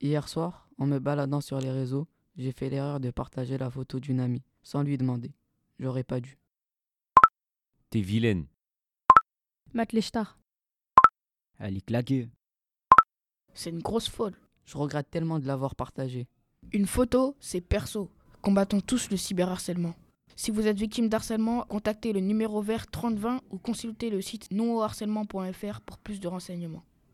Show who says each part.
Speaker 1: Hier soir, en me baladant sur les réseaux, j'ai fait l'erreur de partager la photo d'une amie, sans lui demander. J'aurais pas dû.
Speaker 2: T'es vilaine.
Speaker 3: Matleshtar.
Speaker 4: Elle est claquée.
Speaker 5: C'est une grosse folle.
Speaker 1: Je regrette tellement de l'avoir partagée.
Speaker 5: Une photo, c'est perso. Combattons tous le cyberharcèlement. Si vous êtes victime d'harcèlement, contactez le numéro vert 3020 ou consultez le site noharcèlement.fr pour plus de renseignements.